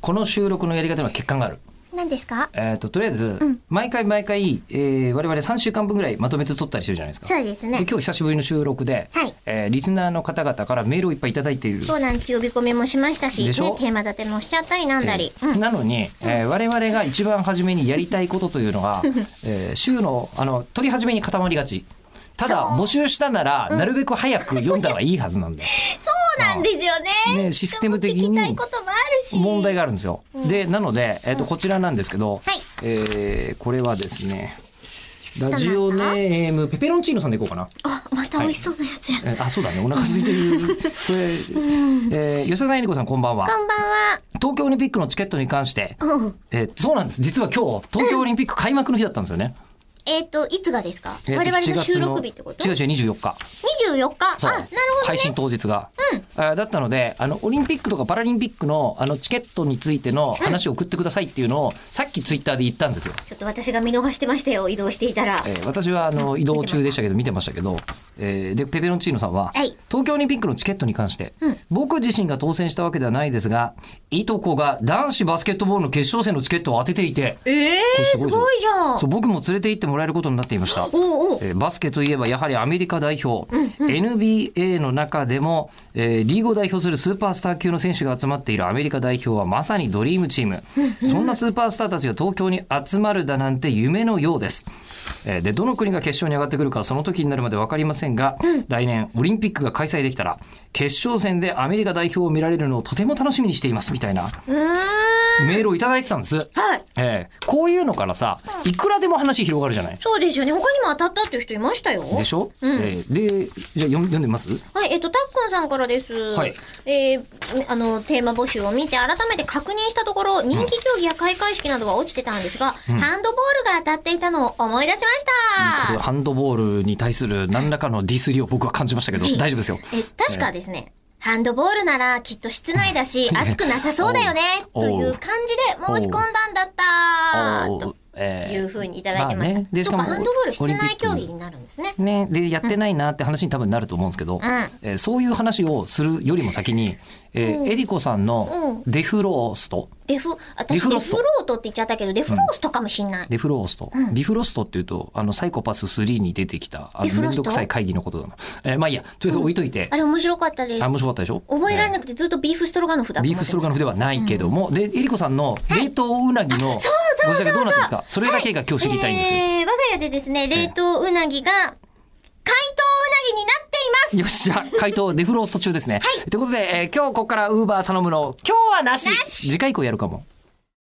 この収録のやり方には欠陥がある。何ですかえっ、と、とりあえず、うん毎回毎回、えー我々3週間分ぐらいまとめて撮ったりしてるじゃないですか。そうですねで今日久しぶりの収録で、はいえーリスナーの方々からメールをいっぱいいただいている。そうなんです呼び込みもしましたしでねしょテーマ立てもしちゃったりなんだり、えーなのに、えー我々が一番初めにやりたいことというのが、えー週のあの取り始めに固まりがちただそう募集したなら、なるべく早く読んだ方がいいはずなんだよそうなんですよねねシステム的に聞きたいこともあるし問題があるんですよ、でなので、えー、とこちらなんですけど、はいえーこれはですねラジオネームペペロンチーノさんでいこうかなあまた美味しそうなやつや、えーあそうだねお腹空いてる これ、えー吉田さんえりこさんこんばんはこんばんは東京オリンピックのチケットに関して、うんえーそうなんです実は今日東京オリンピック開幕の日だったんですよね、えっ、といつがですかえー我々7の月収録日ってこと違う24違う24日日そうあなるほど配信当日が、あだったのであのオリンピックとかパラリンピックのあのチケットについての話を送ってくださいっていうのをさっきツイッターで言ったんですよ、ちょっと私が見逃してましたよ移動していたらえー私はあの移動中でしたけど見てましたけど、えーでペペロンチーノさんは、はい東京オリンピックのチケットに関して、うん僕自身が当選したわけではないですがいとこが男子バスケットボールの決勝戦のチケットを当てていてええこれー、すごいじゃんそう僕も連れて行ってもらえることになっていましたおうおうえーバスケといえばやはりアメリカ代表、NBA の中でも、えーリーグを代表するスーパースター級の選手が集まっているアメリカ代表はまさにドリームチーム、そんなスーパースターたちが東京に集まるだなんて夢のようです、えーでどの国が決勝に上がってくるかはその時になるまで分かりませんが、来年オリンピックが開催できたら決勝戦でアメリカ代表を見られるのをとても楽しみにしていますみたいなうーんメールをいただいてたんです、はいえーこういうのからさいくらでも話広がるじゃないそうですよね他にも当たったっていう人いましたよでしょ、んえーでじゃあ読ん読んでみますはい、えっと、たっくんさんからです。はいえーあの、テーマ募集を見て、改めて確認したところ、人気競技や開会式などは落ちてたんですが、ハンドボールが当たっていたのを思い出しました。ハンドボールに対する何らかのディスりを僕は感じましたけど大丈夫ですよ。え、確かですね、ハンドボールならきっと室内だし、暑くなさそうだよね、 おうという感じで申し込んだんだったおーとえーいうふうにいただいてました。あねでしそかうもか、ハンドボール室オリンピ内ック競技になるんですね。ね、でやってないなって話に多分なると思うんですけど、えーそういう話をするよりも先に、えーえりこさんのデフロースト、デフ、私デデフフロロストートって言っちゃったけど、デフローストかもしんない。デフロースト、ビフロストっていうとあのサイコパス3に出てきたあデのフめロんスどトくさい会議のことだな、えーまあいいやとりあえず置いといて、あれ面白かったですあ。面白かったでしょ覚えられい、なくてずっとビーフストロガノフだとビ思ーってフまスしトロガノたフではないけども、でえりこさんの冷凍うなぎのごそうそうそうそ自う宅どうなってるんですかそれだけが今日知りたいんですよ。えー、我が家でですね、冷凍うなぎが、解凍うなぎになっていますよっしゃ回答デフロースト中ですね。ということで、えー今日ここからウーバー頼むの今日はなしなし次回以降やるかも。